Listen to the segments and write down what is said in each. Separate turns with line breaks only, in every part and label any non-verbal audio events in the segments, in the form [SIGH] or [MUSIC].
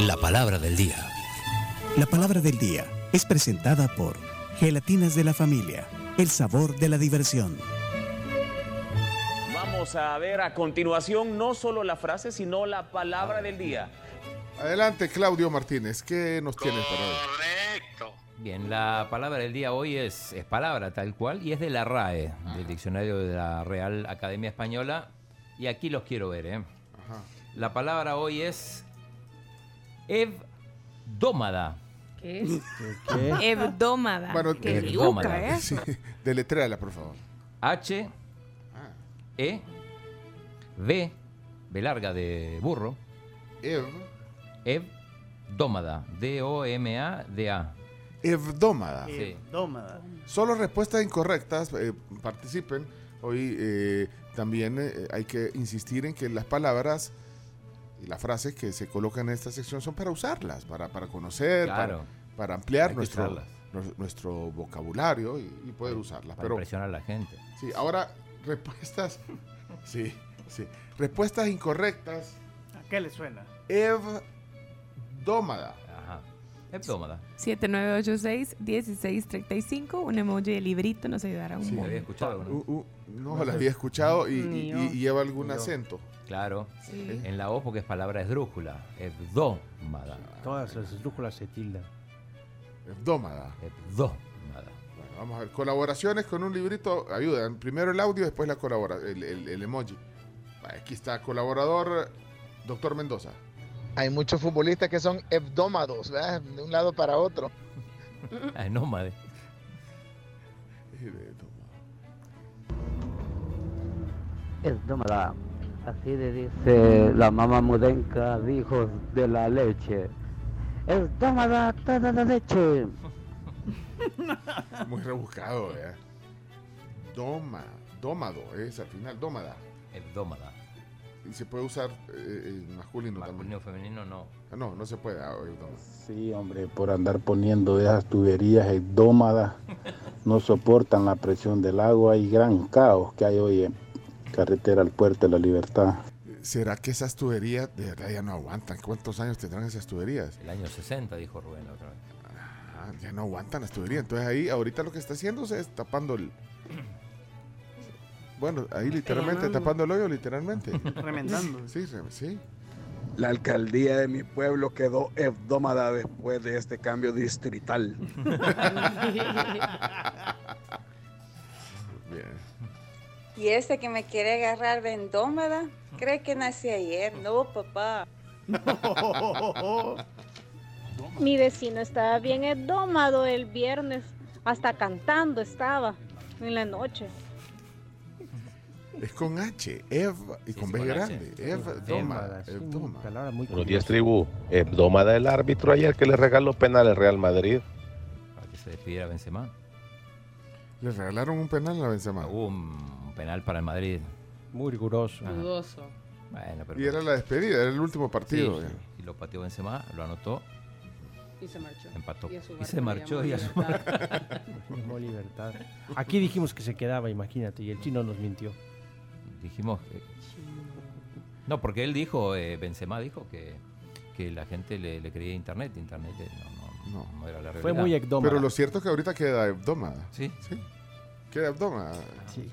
La palabra del día.
La palabra del día es presentada por Gelatinas de la Familia, el sabor de la diversión.
Vamos a ver a continuación no solo la frase, sino la palabra del día.
Adelante, Claudio Martínez, ¿qué nos tienes para hoy?
Correcto.
Bien, la palabra del día hoy es, es palabra tal cual y es de la RAE, del diccionario de la Real Academia Española. Y aquí los quiero ver. ¿eh?
Ajá.
La palabra hoy es evdómada.
¿Qué es? Hebdómada.
Bueno,
Qué
hebdómada.
riuca,
pues.
¿eh?
[LAUGHS] Sí, deletréala, por favor.
H
Ah,
E V B larga de burro.
ev,
Evdómada. D O M A D A.
evdómada.
Sí.
Dómada.
Solo respuestas incorrectas, eh, participen. Hoy eh, también eh, hay que insistir en que las palabras y las frases que se colocan en esta sección son para usarlas, para, para conocer, para-
Claro.
para, ampliar
Hay que
nuestro,
usarlas.
nues- nuestro vocabulario y, y poder usarlas.
Para
Pero
impresionar a la gente.
sí, ahora [LAUGHS] respuestas, sí, sí, respuestas incorrectas,
¿A qué le suena?
evdómada.
Ajá. Hebdómada.
7986-1635, un emoji de librito nos ayudará un
Sí.
¿La
montón.
había escuchado? o no?
Uh, uh, no, la había escuchado y,
Ni
y-
yo.
y lleva algún
Ni yo.
acento.
Claro.
Sí.
En la O porque es palabra esdrújula. Hebdómada.
Todas las esdrújulas se tildan.
Hebdómada.
Hebdómada.
Bueno, vamos a ver. Colaboraciones con un librito ayudan. Primero el audio, después la colabora el, el- el emoji. Aquí está colaborador Doctor Mendoza.
Hay muchos futbolistas que son hebdómados, ¿verdad? De un lado para otro.
Ah, nómade.
Hebdómada. Así le dice la mamá mudenca de hijos de la leche. Hebdómada toda
[LAUGHS]
la leche.
Muy rebuscado, ¿verdad? Doma, domado, es al final, dómada.
Hebdómada.
Y se puede usar eh, en masculino,
Masculino
también.
femenino no.
Ah, no, no se puede. ah, hebdómada.
Sí, hombre, por andar poniendo esas tuberías hebdómadas, no soportan la presión del agua y gran caos que hay hoy en carretera al puerto de la libertad.
¿Será que esas tuberías de verdad ya no aguantan? ¿Cuántos años tendrán esas tuberías?
El año 60, dijo Rubén la otra vez.
Ah, ya no aguantan las tuberías. Entonces ahí ahorita lo que está haciéndose es tapando
[CLEARS THROAT]
el... Bueno, ahí literalmente,
llamando.
tapando el hoyo literalmente.
[LAUGHS]
Remendando.
Sí, re- sí.
La alcaldía de mi pueblo quedó hebdómada después de este cambio
[LAUGHS]
distrital.
Bien.
Y este que me quiere agarrar vendómada, cree que nací ayer. No,
[LAUGHS]
papá.
Mi vecino estaba bien hebdómado el viernes, hasta cantando estaba en la noche.
Es con H, Ev, y
Sí,
con
sí,
B
con
grande.
H.
Ev, doma,
Hebdómada, sí,
Ev,
una
doma.
palabra muy
Buenos días,
curiosa.
tribu. Hebdómada el árbitro ayer que le regaló penal al Real Madrid.
Para que se despidiera Benzema.
Le regalaron un penal a Benzema.
Hubo un penal para el Madrid.
Muy riguroso.
Ajá.
Dudoso.
Bueno, pero.
Y era la despedida, era el último
Sí,
partido.
sí.
ya.
Y lo pateó Benzema, lo anotó,
Y se marchó.
empató.
Y a su
Y
barco
se
le
marchó
llamó
y a su
Libertad.
Llamó libertad. Aquí dijimos que se quedaba, imagínate, y el chino nos mintió.
Dijimos que... No, porque él dijo, eh, Benzema dijo que, que la gente le, le creía internet. Internet eh, no, no,
No.
no. era la realidad.
Fue muy hebdómada.
Pero lo cierto es que ahorita queda hebdómada.
Sí.
Sí. Queda hebdómada.
Sí.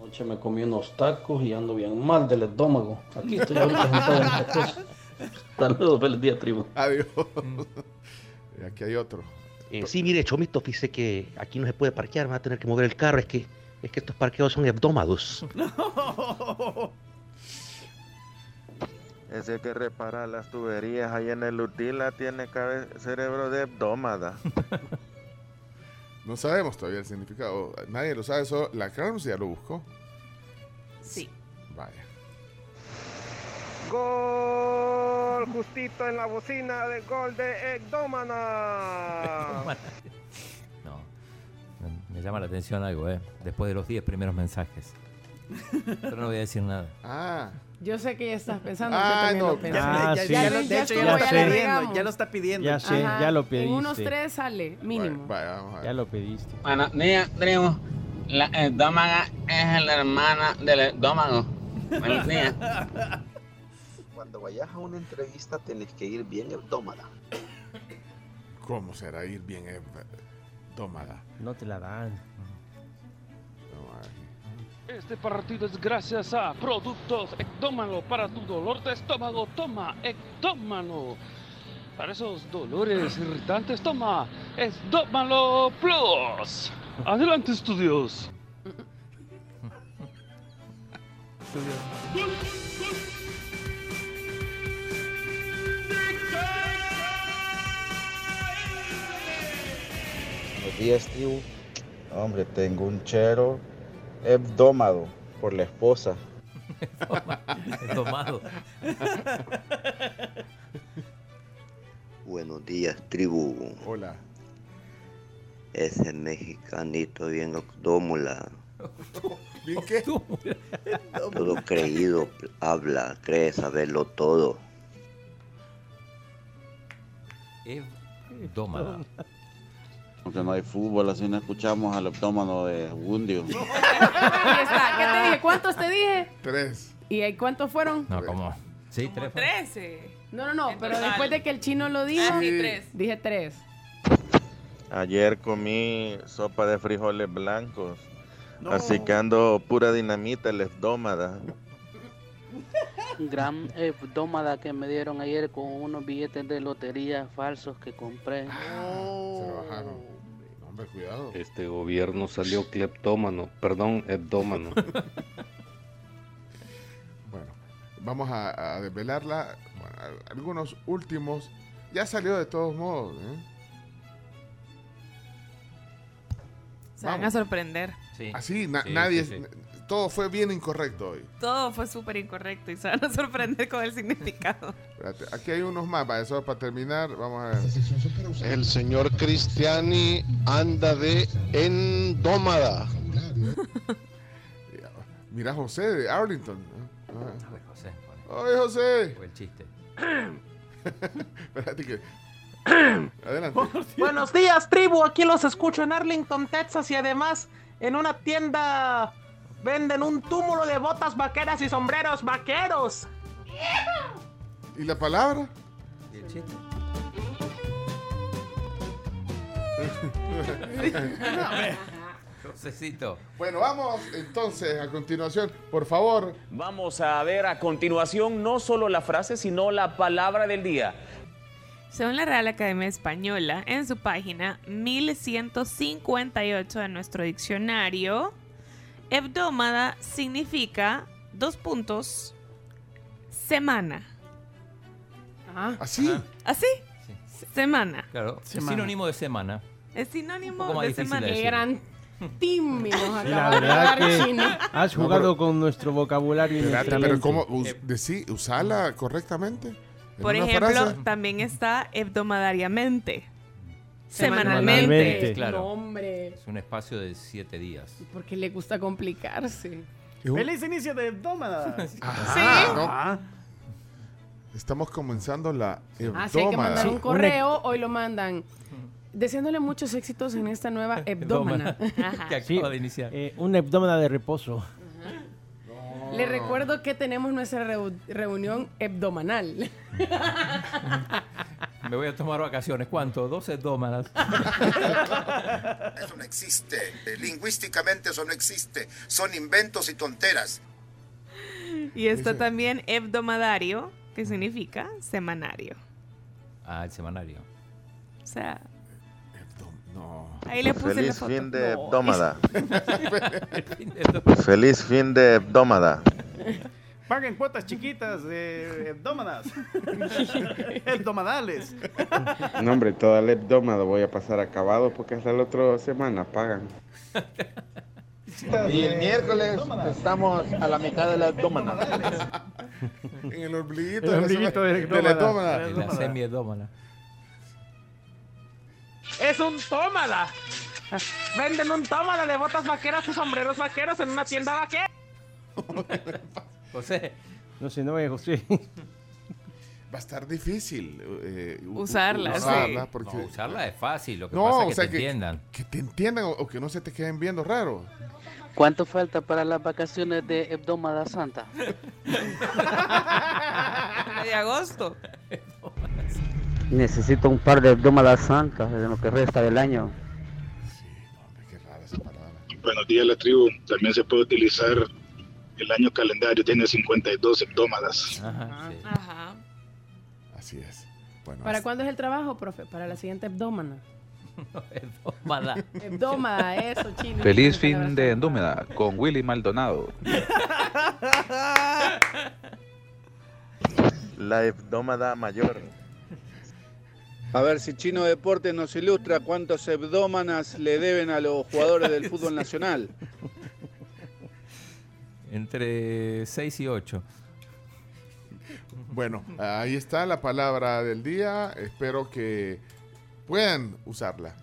Anoche me comí unos tacos y ando bien mal del estómago. Aquí estoy ahorita sentado en esta cosa. Saludos, feliz día, tribu.
Adiós.
Mm.
Y [LAUGHS] Aquí hay otro.
Eh, sí, mire, Chomito, fíjese que aquí no se puede parquear, va a tener que mover el carro. Es que, es que estos parqueos son hebdómados.
Ese que repara las tuberías allá en el Utila tiene cabe- cerebro de hebdómada.
[LAUGHS] No sabemos todavía el significado. Nadie lo sabe, solo la Carms ya lo buscó.
[LAUGHS] Sí.
Vaya.
Gol justito en la bocina del gol de hebdómana.
No. Me- Me llama la atención algo, ¿eh? Después de los 10 primeros mensajes. Pero no voy a decir nada.
Ah,
Yo sé que ya estás pensando.
Ah,
yo también
no,
lo pensé.
Ah,
ya,
sí.
ya
Ya
lo,
lo-
de
ya
hecho,
estuvo,
ya lo
ya
está
sé.
pidiendo. Ya lo está pidiendo.
Ya sé,
Ajá.
ya lo
En unos
pediste.
tres sale, mínimo.
Vaya, vaya, vamos a ver.
Ya lo pediste.
Bueno, día, tribu. La
[LAUGHS]
hebdómaga es la hermana del estómago. Buenos días.
cuando vayas a una entrevista tenés que ir bien hebdómada.
¿Cómo será ir bien eh, tomada?
No te la dan.
Este partido es gracias a productos Ectómano para tu dolor de estómago. Toma Ectómano. Para esos dolores irritantes, toma Ectómano Plus. Adelante, estudios.
Buenos días, tío. Hombre, tengo un chero hebdómado por la esposa.
[LAUGHS] Tomado.
Buenos días, tribu.
Hola.
Ese mexicanito bien octómula,
¿Bien qué?
todo creído, habla, cree saberlo todo.
Eh, Dómada.
Aunque no hay fútbol, así no escuchamos al optómano de Bundio.
Ahí está. ¿Qué te dije? ¿Cuántos te dije?
Tres.
¿Y ahí cuántos fueron?
No, ¿cómo? Sí, tres. fueron.
13. No, no, no, pero
total.
después de que el chino lo dijo,
Ah, sí, tres.
dije tres.
Ayer comí sopa de frijoles blancos. Así que ando pura dinamita, el hebdómada.
Gran hebdómada que me dieron ayer con unos billetes de lotería falsos que compré.
Se bajaron. Oh, Hombre, cuidado.
Eh.
Este gobierno salió cleptómano, perdón, hebdómano.
Vamos a, a desvelarla. Bueno, a- algunos últimos. Ya salió de todos modos. ¿eh?
Se van a
Vamos.
sorprender.
Así, na-
Sí,
nadie.
sí, sí.
na- Todo fue bien incorrecto hoy.
Todo fue súper incorrecto y se van a sorprender con el significado.
Espérate, Aquí hay unos más, para eso para terminar, vamos a ver.
El señor Cristiani anda de endómada.
Mira José de Arlington. ¿no? Ah.
José.
¡Ay, José!
Fue el chiste.
Espérate que. Adelante.
Buenos días, tribu. Aquí los escucho en Arlington, Texas. Y además, en una tienda venden un túmulo de botas vaqueras y sombreros vaqueros.
¿Y la palabra?
¿Y
[LAUGHS]
el chiste?
Josecito.
Bueno, vamos entonces a continuación. Por favor.
Vamos a ver a continuación no solo la frase, sino la palabra del día.
Según la Real Academia Española, en su página 1158 de nuestro diccionario, hebdómada significa dos puntos semana. Ah.
¿Así?
¿Así? Semana.
Claro. es
Semana.
Sinónimo de semana.
Es
Un poco
sinónimo
más
de
difícil de
semana.
decir. Qué gran
Tímidos
Sí,
acá.
la verdad que has jugado con nuestro vocabulario. y
Espérate,
nuestra
pero
mente. e-
¿cómo? Us- decí, ¿Usala correctamente? ¿En
Eh. Por
una
ejemplo,
frase?
también está hebdomadariamente.
Semanalmente.
Semanalmente,
Claro.
claro.
No, hombre.
Es un espacio de siete días.
Porque le gusta complicarse.
un-
¡Feliz inicio de hebdómada!
[LAUGHS]
Ajá, Ah, ¿no? Estamos comenzando la eh, hebdómada.
Ah, sí, hay que mandar un correo. Hoy lo mandan. Deseándole muchos éxitos en esta nueva hebdómana.
[LAUGHS]
que acaba de iniciar.
Eh, una hebdómana de reposo.
Le recuerdo que tenemos nuestra reu- reunión hebdomanal.
Me voy a tomar vacaciones. ¿Cuánto? 12 dómaras.
Eso no existe. Eh, Lingüísticamente eso no existe. Son inventos y tonteras.
Y está
Ese-
también hebdomadario, que significa semanario.
Ah, el semanario.
O sea,
No.
ahí le puse la
Feliz
foto.
fin
No.
de hebdómada.
fin
[LAUGHS] Feliz fin de hebdómada.
Paguen cuotas chiquitas de
[LAUGHS]
hebdómadas. Hebdomadales.
No, hombre, toda la hebdómada voy a pasar acabado porque hasta la otra semana pagan.
Y el miércoles
estamos a la mitad de la hebdómada.
[LAUGHS] En el ombliguito, de
El
la
ombliguito
sema-
del
de la
hebdómada.
hebdómada.
De la semi-hebdómana.
¡Es un tómala! Venden un tómala de botas vaqueras y sombreros vaqueros en una tienda vaquera.
José.
No sé, no me José.
Va a estar difícil eh, u- u-
Usarla,
usarla
sí.
porque-
No, usarla es fácil. Lo que
No,
pasa
o
es que
sea
te
que-
entiendan.
Que te entiendan o, o que no se te queden viendo raro.
¿Cuánto falta para las vacaciones de hebdómada santa?
de agosto.
Necesito un par de abdómalas santas en lo que resta del año.
[LAUGHS] Buenos días, la tribu. También se puede utilizar el año calendario, tiene 52 hebdómadas.
Ah.
[LAUGHS]
Ajá.
Así es. Bueno,
¿Para cuándo es el trabajo, profe? Para la siguiente abdómana.
Mala.
[LAUGHS]
Abdómana, eso, chino.
Feliz fin de Endúmeda con Willy Maldonado.
La hebdómada mayor.
A ver si Chino Deportes nos ilustra cuántos hebdómanas le deben a los jugadores
[LAUGHS]
del fútbol nacional.
Entre 6 y 8.
Bueno, ahí está la palabra del día. Espero que puedan usarla.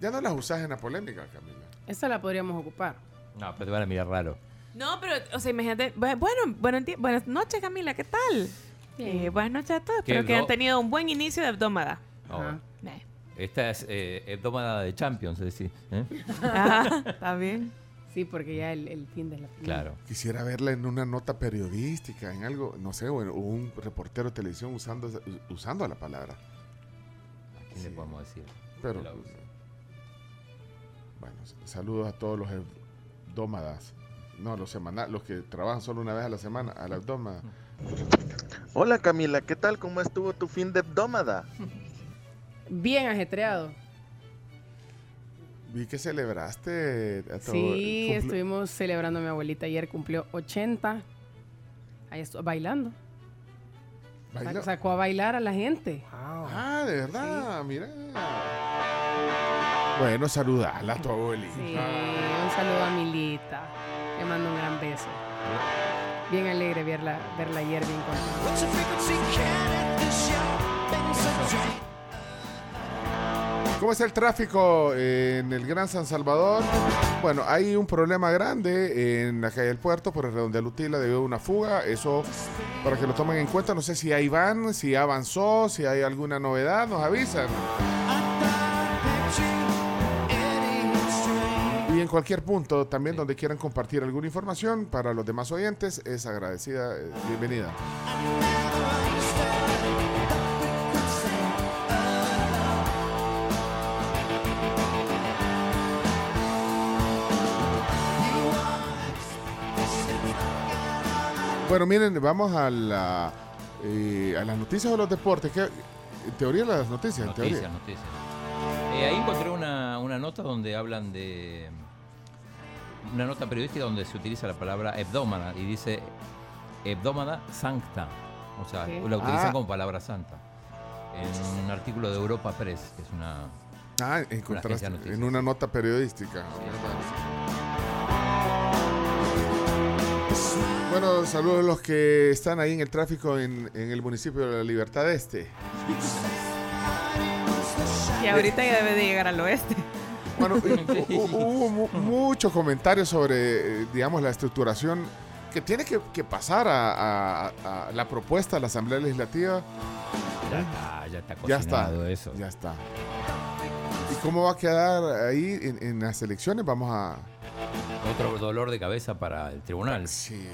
Ya no las usas en la polémica, Camila.
Esta la podríamos ocupar.
No, pero te van a mirar raro.
No, pero, o sea, imagínate. bu- Bueno, buenos días- buenas noches, Camila, ¿qué tal? Eh, buenas noches a todos.
Qué
Espero que
do-
hayan tenido un buen inicio de abdómada.
No,
Eh.
Esta es eh, hebdómada de Champions, es decir. ¿eh?
Ajá, [LAUGHS] está bien.
Sí, porque ya el, el fin de la final.
Quisiera verla en una nota periodística, en algo, no sé, o en- o un reportero de televisión usando, esa- usando la palabra.
¿A quién le podemos decir?
Pero-
Que la use?
Bueno, s- saludos a todos los hebdómadas. No, los semanales, los que trabajan solo una vez a la semana, a la hebdómada.
Hola Camila, ¿qué tal? ¿Cómo estuvo tu fin de hebdómada?
Bien ajetreado.
Vi que celebraste a todo-
Sí,
cumple-
estuvimos celebrando a mi abuelita ayer, cumplió 80. Ahí estuvo bailando.
Bailó.
Sa- Sacó a bailar a la gente.
Ah, de verdad, mira. Bueno, saludala a tu abuelita.
Sí, un saludo a Milita. Le mando un gran beso. Bien alegre verla, verla ayer, bien contenta.
¿Cómo está el tráfico en el Gran San Salvador? Bueno, hay un problema grande en la calle del puerto por el redondel Utila debido a una fuga. Eso para que lo tomen en cuenta. No sé si ahí van, si ya avanzó, si hay alguna novedad, nos avisan. Y en cualquier punto, también donde quieran compartir alguna información para los demás oyentes, es agradecida. eh, Bienvenida. Bueno, miren, vamos a, la, eh, a las noticias de los deportes. que En teoría, las noticias. en teoría.
Noticias, noticias. Eh, ahí encontré una, una nota donde hablan de. Una nota periodística donde se utiliza la palabra hebdómada y dice hebdómada sancta. O sea,
¿Qué?
la utilizan
Ah.
como palabra santa. En un artículo de Europa Press, que es una.
Ah,
agencia
encontraste
de noticias.
en una nota periodística. Bueno, saludos a los que están ahí en el tráfico en, en el municipio de la Libertad Este.
Y ahorita ya debe de llegar al oeste.
Bueno,
[LAUGHS]
y- hu- hubo mu- muchos comentarios sobre, eh, digamos, la estructuración que tiene que, que pasar a, a- a la propuesta de la Asamblea Legislativa.
Ya está, ya está
Ya está,
cocinado eso.
ya está. ¿Y cómo va a quedar ahí en, en las elecciones? Vamos a...
Otro dolor de cabeza para el tribunal.
Sí.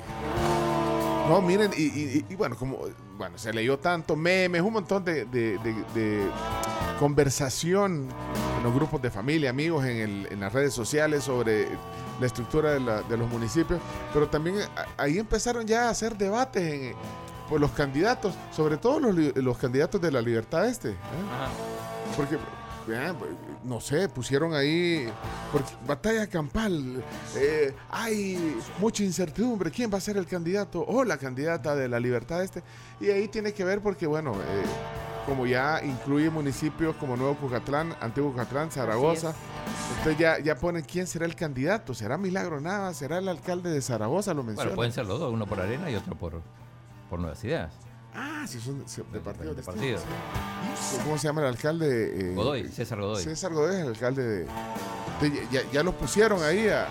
No, miren, y, y- y- y bueno, como bueno, se leyó tanto, memes, un montón de, de- de- de conversación en los grupos de familia, amigos, en, el- en las redes sociales sobre la estructura de, la- de los municipios, pero también a- ahí empezaron ya a hacer debates en- por los candidatos, sobre todo los, li- los candidatos de la libertad este. ¿eh? Porque, eh, no sé, pusieron ahí porque, batalla campal. eh, hay mucha incertidumbre. ¿Quién va a ser el candidato o la candidata de la libertad este? Y ahí tiene que ver porque, bueno, eh, como ya incluye municipios como Nuevo Cucatlán, Antiguo Cucatlán, [LAUGHS] Zaragoza, entonces ya, ya ponen quién será el candidato. ¿Será Milagro Nava? ¿Será el alcalde de Zaragoza? Lo mencionan.
Bueno, pueden ser los dos, uno por arena y otro por, por nuevas ideas.
Ah, sí, son de, de partidos
de
distintos,
partidos.
sí. ¿Cómo se llama el alcalde? Eh,
Godoy, César Godoy.
César Godoy es el alcalde de... de- ya, ya los pusieron ahí a...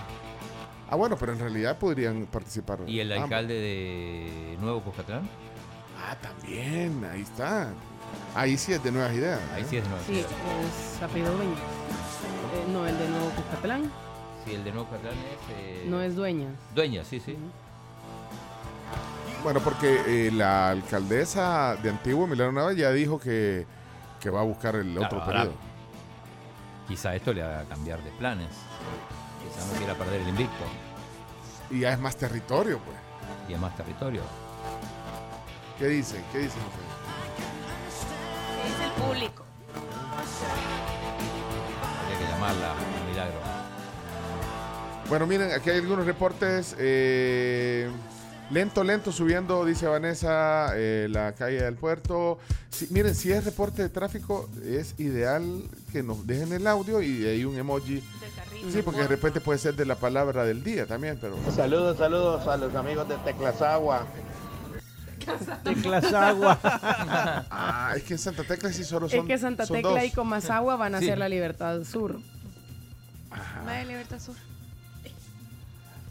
Ah, bueno, pero en realidad podrían participar.
¿Y el
ambos.
alcalde de Nuevo Cuscatlán?
Ah, también, ahí está. Ahí sí es de nuevas ideas.
Ahí
¿eh?
sí es de Nueva
Sí,
Ideas.
es apellido dueña. Eh, no, el de Nuevo Cuscatlán.
Sí, el de Nuevo Cuscatlán es... eh,
No es dueña.
Dueña, sí, sí.
Bueno, porque eh, la alcaldesa de Antiguo, Milano Nava, ya dijo que, que va a buscar el otro
ahora-
periodo.
Quizá esto le haga cambiar de planes. Quizá no quiera perder el invicto.
Y ya es más territorio, pues.
Y es más territorio.
¿Qué dicen? ¿Qué dicen ustedes?
Es el público.
Habría que llamarla un milagro.
Bueno, miren, aquí hay algunos reportes. eh, lento, lento subiendo, dice Vanessa, eh, la calle del puerto. Sí, miren, si es reporte de tráfico, es ideal que nos dejen el audio y hay un emoji. Sí, porque de repente puede ser de la palabra del día también, pero...
Saludos, saludos a los amigos de Teclasagua.
Teclas agua.
ah, es que en Santa Tecla sí solo son
es que Santa
son
Tecla
dos.
y Comasagua van a
Sí.
ser la Libertad Sur.
Vaya Libertad Sur.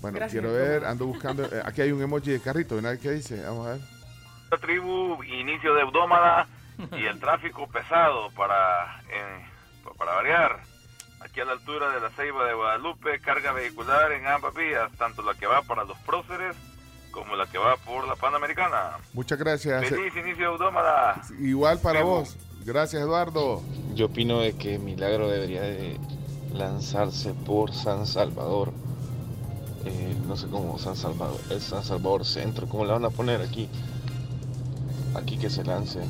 Bueno,
Gracias,
quiero ver, ando buscando... eh, aquí hay un emoji de carrito, ¿verdad? ¿Qué dice? Vamos a ver.
La tribu, inicio de Hebdómada y el tráfico pesado para, eh, para variar. Aquí a la altura de la Ceiba de Guadalupe, carga vehicular en ambas vías, tanto la que va para los próceres como la que va por la Panamericana.
Muchas gracias.
Feliz inicio de Hebdómada.
Igual para vos. Gracias, Eduardo.
Yo opino de que Milagro debería de lanzarse por San Salvador. Eh, no sé cómo San Salvador, es San Salvador Centro, ¿cómo le van a poner aquí? Aquí que se lance.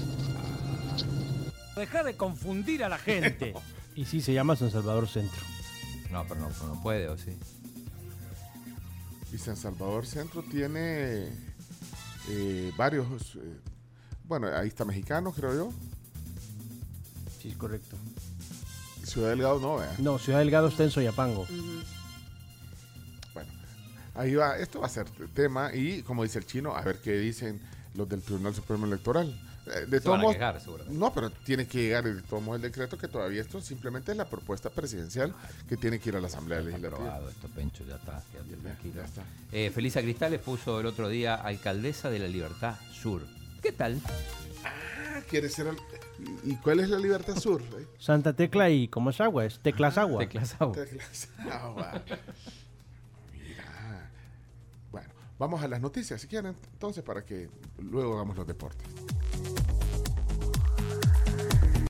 Deja de confundir a la gente.
Y sí, se llama San Salvador Centro.
No, pero no, no puede, ¿o sí?
Y San Salvador Centro tiene eh, varios. eh, bueno, ahí está Mexicano, creo yo.
Sí, es correcto.
Ciudad Delgado no, vea.
No, Ciudad Delgado está en Soyapango.
Ahí va, esto va a ser tema. Y como dice el chino, a ver qué dicen los del Tribunal Supremo Electoral. Eh, de
Se van
todos
a
modos-
quejar, seguramente.
No, pero tiene que llegar de todos modos el decreto que todavía esto simplemente es la propuesta presidencial que tiene que ir a la Asamblea Legislativa.
Aprobado esto, Pencho, ya está. quédate tranquilo.
ya está.
Eh, Felisa Cristales puso el otro día alcaldesa de la Libertad Sur. ¿Qué tal?
Ah, quiere ser. al- ¿Y y cuál es la Libertad [LAUGHS] Sur? eh?
Santa Tecla y como es agua, es Teclas agua.
Teclas agua.
[LAUGHS] Teclas agua. Mira. Bueno, vamos a las noticias si quieren, entonces, para que luego hagamos los deportes.